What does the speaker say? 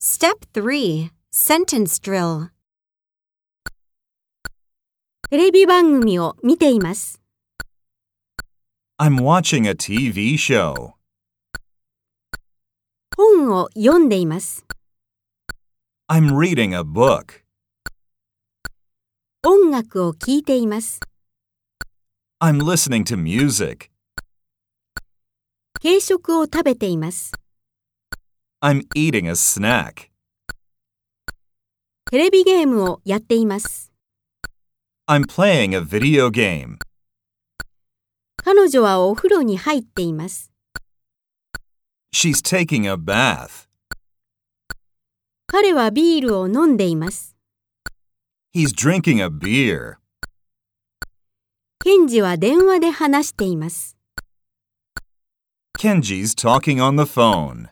Step 3 Sentence Drill テレビ番組を見ています。 I'm watching a TV show. 本を読んでいます。 I'm reading a book. 音楽を聴いています。 I'm listening to music. 軽食を食べています。 I'm eating a snack. テレビゲームをやっています。 I'm playing a video game. 彼女はお風呂に入っています。 She's taking a bath. 彼はビールを飲んでいます。 He's drinking a beer. ケンジは電話で話しています。 Kenji's talking on the phone.